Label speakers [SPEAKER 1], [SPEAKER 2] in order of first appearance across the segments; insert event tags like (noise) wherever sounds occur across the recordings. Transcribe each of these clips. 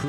[SPEAKER 1] ク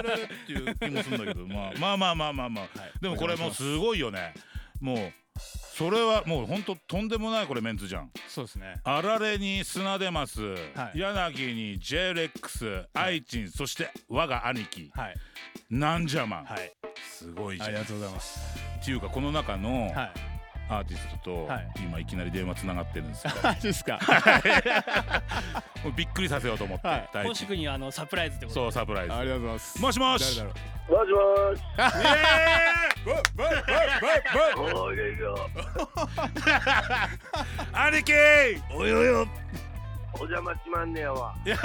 [SPEAKER 2] いう気もするんだけど、まあ、まあまあまあまあまあ、
[SPEAKER 3] はい
[SPEAKER 2] でもこれもうすごいよねもうそれはもうほんととんでもないこれメンツじゃん
[SPEAKER 3] そうですね
[SPEAKER 2] あられに砂出ます、
[SPEAKER 3] はい
[SPEAKER 2] 柳に j レックスアイチンそして我が兄貴
[SPEAKER 3] はい
[SPEAKER 2] なんじゃまん、
[SPEAKER 3] はい
[SPEAKER 2] すごいじゃ
[SPEAKER 3] あ
[SPEAKER 2] ん
[SPEAKER 3] り
[SPEAKER 2] っ
[SPEAKER 3] がとうございます
[SPEAKER 2] ていうかこの中の
[SPEAKER 3] はい (laughs)
[SPEAKER 2] アーティストと
[SPEAKER 3] はい
[SPEAKER 2] 今いきなり電話つながってるんですよ
[SPEAKER 3] マジですか
[SPEAKER 2] もうびっくりさせようと思って、
[SPEAKER 3] はい
[SPEAKER 2] 大
[SPEAKER 4] ポ
[SPEAKER 2] 地
[SPEAKER 4] シ君にはあのサプライズってこと
[SPEAKER 2] そうサプライズ
[SPEAKER 3] ありがとうございます
[SPEAKER 2] もしも
[SPEAKER 3] 誰
[SPEAKER 2] し
[SPEAKER 3] だろう
[SPEAKER 5] もしもし。
[SPEAKER 2] イエーイ
[SPEAKER 5] おいでよ。
[SPEAKER 2] 兄貴
[SPEAKER 5] およよ。お邪魔しまんねやわ。久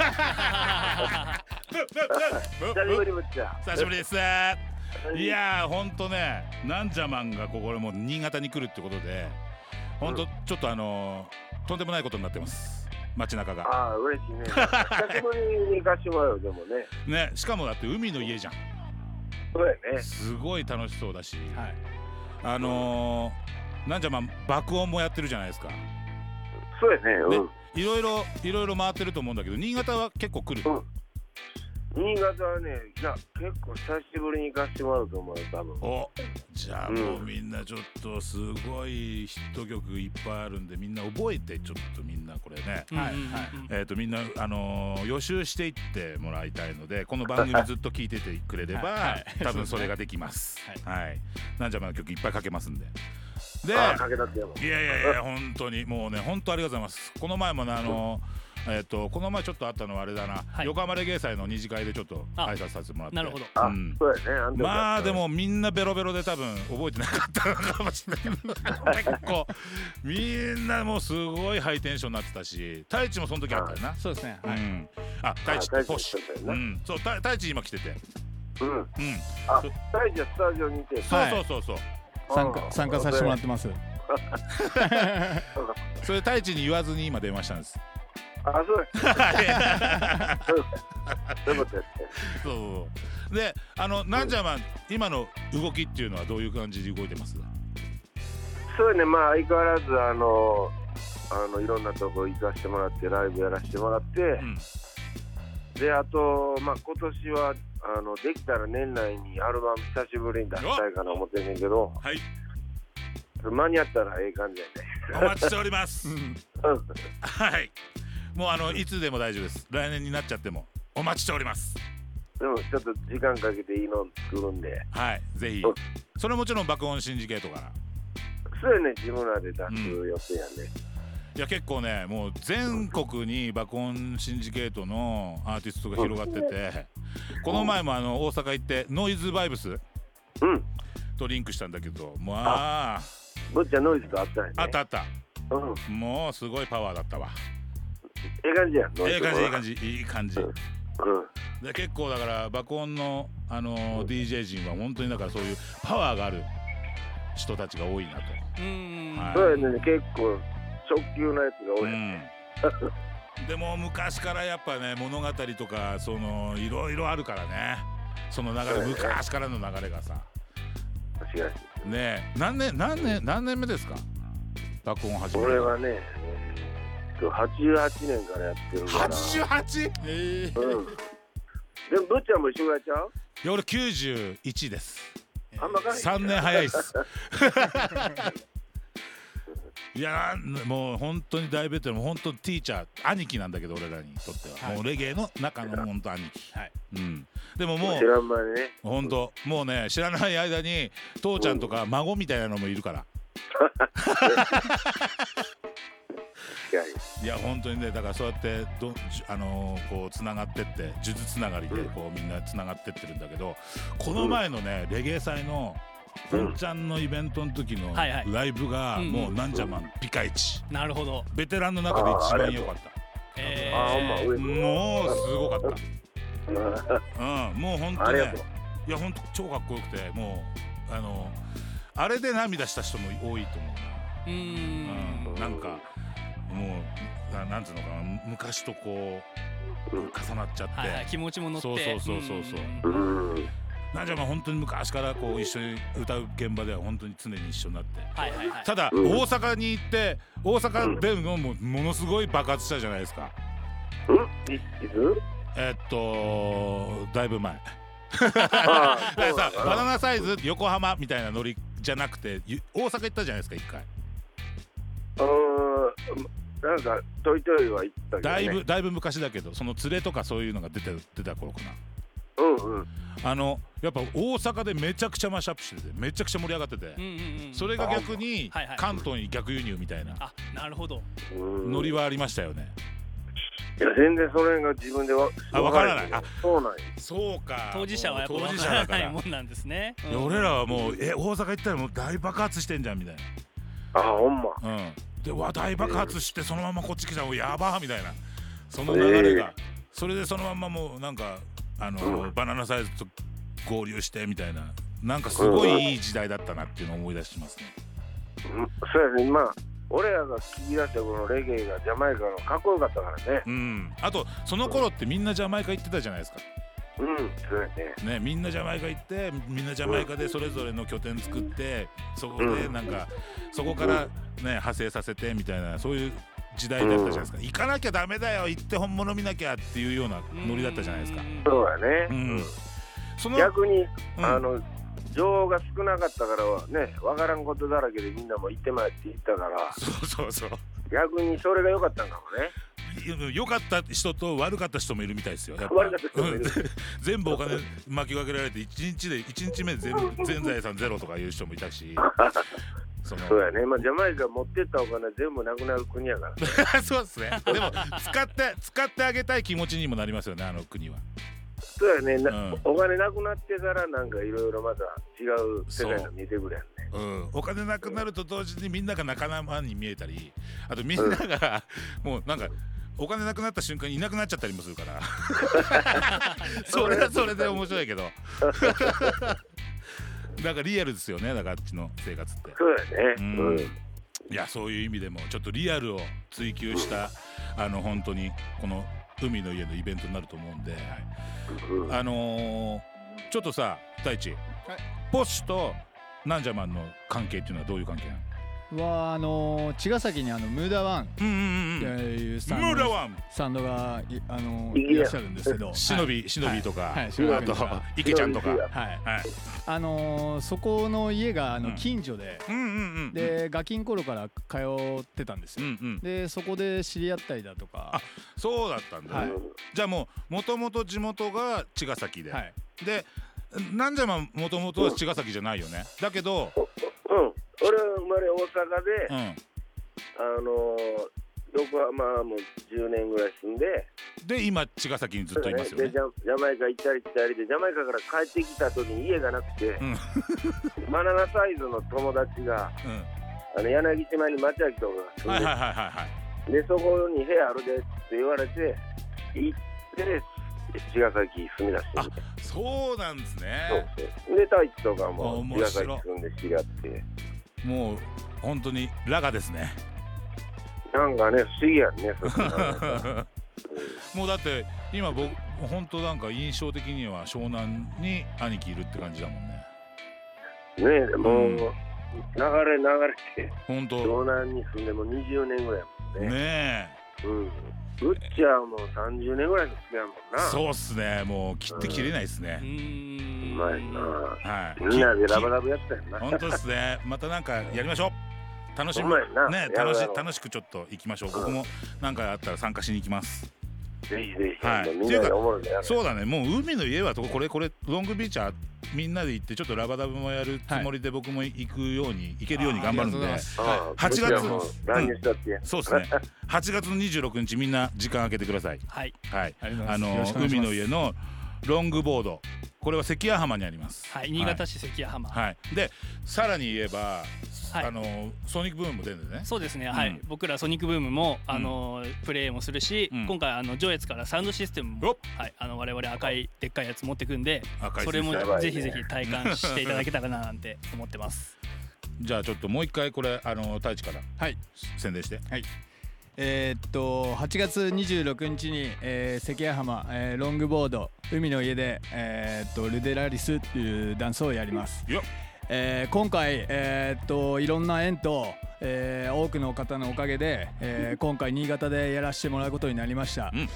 [SPEAKER 5] しぶりぶっちゃ。
[SPEAKER 2] 久しぶりですいやーほんとねなんじゃまんがここでもう新潟に来るってことでほんとちょっとあのーとんでもないことになってます街中が
[SPEAKER 5] ああ、嬉しいね。久しぶりに行かしてもらうよ、でもね。
[SPEAKER 2] ねしかもだって海の家じゃん
[SPEAKER 5] そうやね。
[SPEAKER 2] すごい楽しそうだし、
[SPEAKER 3] はい
[SPEAKER 2] あのーなんじゃまん爆音もやってるじゃないですか
[SPEAKER 5] そうやね。うん。
[SPEAKER 2] いろいろいろいろ回ってると思うんだけど新潟は結構来る、
[SPEAKER 5] うん新潟はね、いや、結構久しぶりに行かしてもらうと思うよ、多分。
[SPEAKER 2] おじゃあもううんみんなちょっとすごいヒット曲いっぱいあるんでみんな覚えてちょっとみんなこれね
[SPEAKER 4] うんうんうん
[SPEAKER 3] はいはい
[SPEAKER 2] えー、とみんな、あのー予習していってもらいたいのでこの番組ずっと聞いててくれれば、
[SPEAKER 3] はいはい
[SPEAKER 2] 多分それができます。はい、なんじゃまの曲いっぱいかけますんで。で
[SPEAKER 5] ああ、かけたってやもん。
[SPEAKER 2] いやいやいや本当にもうね本当ありがとうございます。この前もねあのーえっ、とこの前ちょっとあったのはあれだな、
[SPEAKER 4] はい
[SPEAKER 2] 横浜レゲエ祭の二次会でちょっと
[SPEAKER 4] あ
[SPEAKER 2] 挨拶させてもらって。
[SPEAKER 4] なるほど
[SPEAKER 5] あ
[SPEAKER 2] うん、
[SPEAKER 5] そうやね。あん時
[SPEAKER 2] まあで
[SPEAKER 5] は
[SPEAKER 2] もみんなベロベロで多分覚えてなかったのかもしれない (laughs) 結構みんなもうすごいハイテンションになってたし太一もその時あったよな
[SPEAKER 3] そうですね
[SPEAKER 2] う
[SPEAKER 3] はい
[SPEAKER 2] ん、あ、大地ってポッシ
[SPEAKER 5] あ大地も来てた
[SPEAKER 2] ュ。う
[SPEAKER 5] よね
[SPEAKER 2] ん、そう、た、大地今来てて。
[SPEAKER 5] うん。
[SPEAKER 2] うん、
[SPEAKER 5] あ、大地はスタジオにいて。
[SPEAKER 2] そう
[SPEAKER 3] はい
[SPEAKER 2] そうそうそう。
[SPEAKER 3] 参加参加させてもらってます
[SPEAKER 2] それ太一に言わずに今電話したんです
[SPEAKER 5] あ、そうです。
[SPEAKER 2] (laughs)
[SPEAKER 5] そういうことですね。
[SPEAKER 2] そうそうそうであのなんちゃまん今の動きっていうのはどういう感じで動いてます
[SPEAKER 5] そうね、まあ、相変わらず、あの、あの、いろんなとこ行かしてもらって、ライブやらせてもらって、
[SPEAKER 2] ん
[SPEAKER 5] で、あと、まあ、今年は、あの、できたら年内にアルバム久しぶりに出したいかな思ってんねんけど、
[SPEAKER 2] はい
[SPEAKER 5] 間に合ったらええ感じやね。
[SPEAKER 2] お待ちしており
[SPEAKER 3] (laughs)
[SPEAKER 2] ます
[SPEAKER 5] うん
[SPEAKER 2] はいもうあのいつでも大丈夫です来年になっちゃってもお待ちしております
[SPEAKER 5] でも、ちょっと時間かけていいの作るんで、
[SPEAKER 2] はいぜひ
[SPEAKER 5] そう
[SPEAKER 2] それもちろん爆音シンジケートから
[SPEAKER 5] そうやね、自分らで出す予定やね。
[SPEAKER 2] いや結構ねもう全国に爆音シンジケートのアーティストが広がっててこの前もあの大阪行ってノイズバイブス
[SPEAKER 5] うん。
[SPEAKER 2] とリンクしたんだけどまあ
[SPEAKER 5] ぶっちゃんノイズとあったんやね。
[SPEAKER 2] あったあった
[SPEAKER 5] うん。
[SPEAKER 2] もうすごいパワーだったわ
[SPEAKER 5] ええ感じやん。ノイ
[SPEAKER 2] ええ
[SPEAKER 5] ズも
[SPEAKER 2] 感じいい感じいい感じ
[SPEAKER 5] うん。
[SPEAKER 2] で結構だから爆音の、あのー DJ 陣は本当にだからそういうパワーがある人たちが多いなと、
[SPEAKER 4] うーん。
[SPEAKER 2] は
[SPEAKER 5] そうやね、結構、直球なやつが多い。
[SPEAKER 2] うん、でも昔からやっぱね物語とかそのいろいろあるからねその流れ
[SPEAKER 5] そうですね
[SPEAKER 2] 昔からの流れがさ
[SPEAKER 5] 確かに。
[SPEAKER 2] ねえ何年何年何年目ですか爆音始め
[SPEAKER 5] 俺
[SPEAKER 2] る
[SPEAKER 5] はね、88年からやってるから。
[SPEAKER 2] 88? ええ
[SPEAKER 5] うん。でも、ぶっちゃんも一緒ぐらいちゃう
[SPEAKER 2] いや俺91です
[SPEAKER 5] あんまかん
[SPEAKER 2] 3年早いっすいやーもう本当に大ベテランもう本当にティーチャー兄貴なんだけど俺らにとっては、
[SPEAKER 3] はい
[SPEAKER 2] もうレゲエの中の本当兄貴、
[SPEAKER 3] はい
[SPEAKER 2] うん、でもも
[SPEAKER 5] 知
[SPEAKER 2] う
[SPEAKER 5] らんまでね。
[SPEAKER 2] 本当もうね知らない間に父ちゃんとか孫みたいなのもいるから
[SPEAKER 5] 確かに。
[SPEAKER 2] いや本当にねだからそうやってどじあのーこうつながってって術つながりでこうみんなつながってってるんだけどこの前のねレゲエ祭の
[SPEAKER 5] うん
[SPEAKER 2] 本ちゃんのイベントの時の
[SPEAKER 4] はいはい
[SPEAKER 2] ライブが
[SPEAKER 4] うんうん
[SPEAKER 2] もうなんじゃまんピカイチ
[SPEAKER 4] なるほど。
[SPEAKER 2] ベテランの中で一番良かった
[SPEAKER 4] え
[SPEAKER 5] あ、ほんま、
[SPEAKER 4] ー、
[SPEAKER 5] 上
[SPEAKER 2] もうすごかっ
[SPEAKER 5] うん
[SPEAKER 2] たうんもう本当
[SPEAKER 5] あり
[SPEAKER 2] ね
[SPEAKER 5] がとう。
[SPEAKER 2] いや本当超かっこよくてもうあのあれで涙した人も多いと思うな
[SPEAKER 4] うー。
[SPEAKER 2] うんんなんかもうななんつうのかな昔とこう
[SPEAKER 5] うん
[SPEAKER 2] 重なっちゃって、
[SPEAKER 4] はいはい、気持ちも乗って。
[SPEAKER 2] そうそうそうそうそう
[SPEAKER 4] うん
[SPEAKER 5] うん。
[SPEAKER 2] なんじゃまあ本当に昔からこう一緒に歌う現場では本当に常に一緒になって
[SPEAKER 4] はいはいはい。
[SPEAKER 2] ただ
[SPEAKER 5] うん
[SPEAKER 2] 大阪に行って大阪でのもものすごい爆発したじゃないですか
[SPEAKER 5] うんいいつ
[SPEAKER 2] えっとだいぶ前
[SPEAKER 5] あ
[SPEAKER 2] だ (laughs) からさ
[SPEAKER 5] そう
[SPEAKER 2] バ
[SPEAKER 5] な
[SPEAKER 2] ナ
[SPEAKER 5] の
[SPEAKER 2] ナサイズ横浜みたいなノリじゃなくてゆ大阪行ったじゃないですか一回
[SPEAKER 5] うん。なんか、トイトイは行ったけど、ね。
[SPEAKER 2] だいぶ。だいぶ昔だけどその連れとかそういうのが出て出た頃かな
[SPEAKER 5] うんうん。
[SPEAKER 2] あのやっぱ大阪でめちゃくちゃマッシュアップしててめちゃくちゃ盛り上がってて
[SPEAKER 4] うんうんうん。
[SPEAKER 2] それが逆に
[SPEAKER 4] はいはい
[SPEAKER 2] 関東に逆輸入みたいな
[SPEAKER 4] あ、なるほど。
[SPEAKER 5] うん
[SPEAKER 2] ノリはありましたよね
[SPEAKER 5] いや全然その辺が自分でわ
[SPEAKER 2] あわからない
[SPEAKER 5] わんけど
[SPEAKER 2] あ
[SPEAKER 5] そうなんや
[SPEAKER 2] そうか
[SPEAKER 4] 当事者はやっぱ
[SPEAKER 2] もう
[SPEAKER 4] 分
[SPEAKER 2] 当事
[SPEAKER 4] か
[SPEAKER 2] 者
[SPEAKER 4] ら
[SPEAKER 2] だか
[SPEAKER 4] な
[SPEAKER 2] ら
[SPEAKER 4] いもんなんですね。
[SPEAKER 2] (laughs) いや
[SPEAKER 4] うん
[SPEAKER 2] 俺らはもうえ大阪行ったらもう大爆発してんじゃんみたい
[SPEAKER 5] あほんま
[SPEAKER 2] なうんでうわ大爆発してそのままこっち来たもうやばーみたいなその流れがそれでそのまんまもうなんかあ
[SPEAKER 5] う
[SPEAKER 2] のバナナサイズと合流してみたいななんかすごいいい時代だったなっていうのを思い出しますね
[SPEAKER 5] うんそうやねまあ俺らが聞き出したこのレゲエがジャマイカのかっこよかったからね
[SPEAKER 2] うんあとその頃ってみんなジャマイカ行ってたじゃないですか
[SPEAKER 5] うんそうやね
[SPEAKER 2] ね、みんなジャマイカ行ってみんなジャマイカでそれぞれの拠点作ってそこでなんかそこから、ね、派生させてみたいなそういう時代だったじゃないですか行かなきゃダメだよ行って本物見なきゃっていうようなノリだったじゃないですか
[SPEAKER 4] う。ん
[SPEAKER 5] そうやね、
[SPEAKER 2] うん、その、
[SPEAKER 5] 逆に、
[SPEAKER 2] うん
[SPEAKER 5] あの情報が少なかったからはねわからんことだらけでみんなも行ってまいって言ったか
[SPEAKER 2] (laughs)
[SPEAKER 5] ら
[SPEAKER 2] そうそうそう
[SPEAKER 5] 逆にそれが良かったんかもね
[SPEAKER 2] よ良かった人と悪かった人もいるみたいですよやっぱ
[SPEAKER 5] 悪かった人もいる
[SPEAKER 2] うん (laughs) 全部お金巻き分けられて1日で一日目で全
[SPEAKER 5] (laughs)
[SPEAKER 2] 全財産ゼロとかいう人もいたしその
[SPEAKER 5] そうやねまあジャマイカ持ってったお金全部なくなる国やから
[SPEAKER 2] (laughs) そうですね。でも使って使ってあげたい気持ちにもなりますよねあの国は。
[SPEAKER 5] そうやねな、
[SPEAKER 2] うん
[SPEAKER 5] お金なくなってからなんかいろいろまた違う世界が見えてくれんね
[SPEAKER 2] うん、お金なくなると同時にみんなが仲間に見えたり、あとみんなが、 (laughs) もうなんか。お金なくなった瞬間にいなくなっちゃったりもするから (laughs) (laughs) それはそれで面白いけどなんかリアルですよねだからあっちの生活って
[SPEAKER 5] そうやね
[SPEAKER 2] う
[SPEAKER 5] うんん、
[SPEAKER 2] いやそういう意味でもちょっとリアルを追求したあの本当にこの海の家のイベントになると思うんで、
[SPEAKER 5] うん
[SPEAKER 2] あのーちょっとさ太一、ポッシュとナンジャマンの関係っていうのはどういう関係なの
[SPEAKER 3] はあのー茅ヶ崎にあのムーダワ
[SPEAKER 2] うん
[SPEAKER 3] ンって
[SPEAKER 2] うんうん
[SPEAKER 3] いうスタンド
[SPEAKER 2] ムーラワン
[SPEAKER 3] スタンドがいあの
[SPEAKER 5] いや
[SPEAKER 3] いらっしゃるんですけど、
[SPEAKER 2] 忍び忍びとか、
[SPEAKER 3] はいはい忍び
[SPEAKER 2] あと
[SPEAKER 3] とか
[SPEAKER 2] 池ちゃんとか、
[SPEAKER 5] 忍び
[SPEAKER 3] はい、
[SPEAKER 2] はい、
[SPEAKER 3] あのーそこの家があ
[SPEAKER 2] うん
[SPEAKER 3] の近所で、
[SPEAKER 2] うんうんうん
[SPEAKER 3] でガキン頃から通ってたんです
[SPEAKER 2] うん
[SPEAKER 3] よ、
[SPEAKER 2] うん
[SPEAKER 3] でそこで知り合ったりだとか
[SPEAKER 2] そうだったんだ、
[SPEAKER 3] はい
[SPEAKER 2] じゃあもうもともと地元が茅ヶ崎で、
[SPEAKER 3] はい
[SPEAKER 2] でなんじゃまもともとは茅ヶ崎じゃないよねだけど、
[SPEAKER 5] うん俺は生まれ大阪で、
[SPEAKER 2] うん、
[SPEAKER 5] あのー、横浜も10年ぐらい住んで
[SPEAKER 2] で今茅ヶ崎にずっといますよ
[SPEAKER 5] で
[SPEAKER 2] ね
[SPEAKER 5] ジャジャマイカ行ったり来たりでジャマイカから帰ってきた時に家がなくて、
[SPEAKER 2] ん
[SPEAKER 5] (laughs) バナナサイズの友達が
[SPEAKER 2] う
[SPEAKER 5] あの柳島に町明と
[SPEAKER 2] んはいは
[SPEAKER 5] かが住んで,、
[SPEAKER 2] いはいはいはい
[SPEAKER 5] でそこに部屋あるでって言われて行って茅ヶ崎住みだして
[SPEAKER 2] そうなんです
[SPEAKER 5] そう
[SPEAKER 2] ね
[SPEAKER 5] そうで太一とか
[SPEAKER 2] あ
[SPEAKER 5] も茅
[SPEAKER 2] 面
[SPEAKER 5] ヶ
[SPEAKER 2] 白い
[SPEAKER 5] 崎住んで知り合って
[SPEAKER 2] もう本当にラガですね
[SPEAKER 5] なんかね不思議やんねそこ
[SPEAKER 2] (laughs) もうだって今僕本当なんか印象的には湘南に兄貴いるって感じだもんね
[SPEAKER 5] ねえもう、
[SPEAKER 2] うん
[SPEAKER 5] 流れ流れて
[SPEAKER 2] 本当
[SPEAKER 5] 湘南に住んでもう20年ぐらいやもんね
[SPEAKER 2] ねえ
[SPEAKER 5] うんブッチャーも30年ぐらいの付き合いやもんな
[SPEAKER 2] そうっすねもう切って切れないですね、
[SPEAKER 5] う
[SPEAKER 4] ーん
[SPEAKER 5] まいな
[SPEAKER 2] はい
[SPEAKER 5] みんなでラブラブやったよな
[SPEAKER 2] 本当ですね。またなんかやりましょう。楽しみ
[SPEAKER 5] ほんまやな
[SPEAKER 2] ね
[SPEAKER 5] やろ
[SPEAKER 2] 楽
[SPEAKER 5] う
[SPEAKER 2] し
[SPEAKER 5] やろう
[SPEAKER 2] 楽しくちょっと行きましょう。僕もなんかあったら参加しに行きます。
[SPEAKER 5] ぜひぜひ、
[SPEAKER 2] はい
[SPEAKER 5] みんなでおもろいのやろ
[SPEAKER 2] そうだね。もう海の家はとこれこれロングビーチはみんなで行ってちょっとラバダブもやるつもりで僕も行くように行けるように頑張るんで。
[SPEAKER 3] あーありがとうございます
[SPEAKER 5] あ
[SPEAKER 2] 8
[SPEAKER 5] あ
[SPEAKER 2] 月
[SPEAKER 5] ブッチャーも乱入したって、
[SPEAKER 2] そうですね。8月の26日みんな時間空けてください。
[SPEAKER 4] はい
[SPEAKER 2] はい。
[SPEAKER 3] ありがとうござ
[SPEAKER 2] あ
[SPEAKER 3] いますよ
[SPEAKER 2] の
[SPEAKER 3] ろしくお願いし
[SPEAKER 2] 海
[SPEAKER 3] ます
[SPEAKER 2] の家のロングボードこれは関谷浜にあります。
[SPEAKER 4] はい新潟市関谷浜、
[SPEAKER 2] はい。でさらに言えば、
[SPEAKER 4] はい
[SPEAKER 2] あのソニックブームも出るんだよね。
[SPEAKER 4] そうですね、はい、
[SPEAKER 2] うん
[SPEAKER 4] 僕らソニックブームも、あのプレイもするし、
[SPEAKER 2] うん
[SPEAKER 4] 今回あの上越からサウンドシステム
[SPEAKER 2] おっ
[SPEAKER 4] も、はい、あの我々赤いでっかいやつ持ってくんで
[SPEAKER 2] 赤い
[SPEAKER 4] それも
[SPEAKER 5] やばいね
[SPEAKER 4] ぜひぜひ体感していただけたらななんて思って
[SPEAKER 2] (laughs)
[SPEAKER 4] ます。
[SPEAKER 2] じゃあちょっともう一回これあの太一から
[SPEAKER 3] はい
[SPEAKER 2] 宣伝して。
[SPEAKER 3] はいえーっと8月26日に、えー関谷浜、えーロングボード海の家で、えーっとルデラリスっていうダンスをやります、
[SPEAKER 2] よっ
[SPEAKER 3] えー今回、えーっといろんな縁と、えー多くの方のおかげで、えー今回新潟でやらせてもらうことになりました、
[SPEAKER 2] うん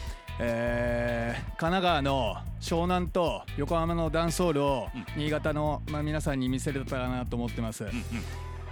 [SPEAKER 3] えー神奈川の湘南と横浜のダンスホールを
[SPEAKER 2] うん
[SPEAKER 3] 新潟の、まあ、皆さんに見せれたらなと思ってます、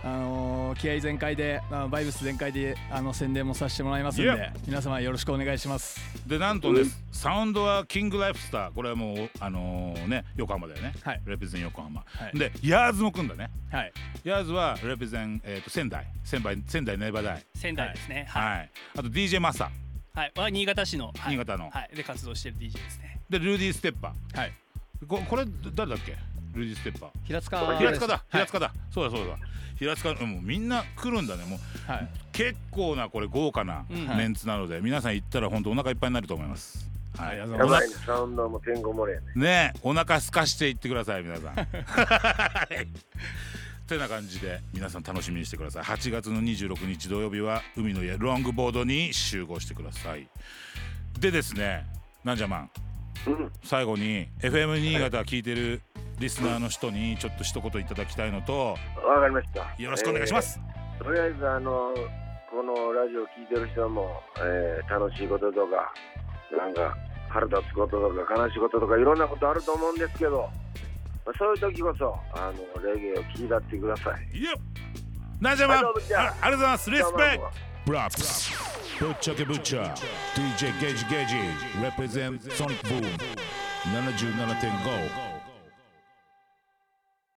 [SPEAKER 3] あのー気合全開で、あのバイブス全開であの宣伝もさせてもらいますん
[SPEAKER 2] い
[SPEAKER 3] で
[SPEAKER 2] や
[SPEAKER 3] 皆様よろしくお願いします
[SPEAKER 2] でなんとね、サウンドはキングライフスターこれはもうあのーね横浜だよね、
[SPEAKER 3] はい
[SPEAKER 2] レペゼン横浜、
[SPEAKER 3] はい
[SPEAKER 2] でヤーズも組んだね
[SPEAKER 3] はい
[SPEAKER 2] ヤーズはレペゼン、えー、と仙台仙台仙台ネバダイ
[SPEAKER 4] 仙台ですね。は
[SPEAKER 2] は
[SPEAKER 4] い。
[SPEAKER 2] いあと DJ マッサ
[SPEAKER 4] はい。は新潟市の、はい
[SPEAKER 2] 新潟の
[SPEAKER 4] はい。で活動してる DJ ですね。
[SPEAKER 2] でルーディ・ステッパ
[SPEAKER 3] はい
[SPEAKER 2] ーここれ誰だっけルーディ・ステッパー
[SPEAKER 3] 平塚
[SPEAKER 2] 平塚だ
[SPEAKER 3] はい
[SPEAKER 2] 平塚だ、そうだそうだ平塚うんもうみんな来るんだねもう
[SPEAKER 3] はい
[SPEAKER 2] 結構なこれ豪華な
[SPEAKER 4] うん
[SPEAKER 2] メンツなので、皆さん行ったら本当お腹いっぱいになると思います、はい、
[SPEAKER 3] ありがとうございます
[SPEAKER 5] やばいねサウンドもてんこ盛りやね
[SPEAKER 2] ねえお腹空かしていってください皆さん。はいてな感じで皆さん楽しみにしてください8月の26日土曜日は海の家ロングボードに集合してくださいでですねなんじゃまん
[SPEAKER 5] うん
[SPEAKER 2] 最後に FM 新潟聞いてるリスナーの人にちょっと一言いただきたいのと
[SPEAKER 5] わかりました
[SPEAKER 2] よろしくお願いしま、す、
[SPEAKER 5] えーとりあえずあのこのラジオ聞いてる人も、えー楽しいこととかなんか腹立つこととか悲しいこととかいろんなことあると思うんですけどまあそういう時こそあのレゲエを聴いたってください
[SPEAKER 2] いやなんじゃまんあ
[SPEAKER 5] どうもじゃあ
[SPEAKER 2] ありがとうございますリスペクト
[SPEAKER 1] ブラックスぶっちゃけぶっちゃ DJ ゲージゲージ represent Sonic Boom 77.5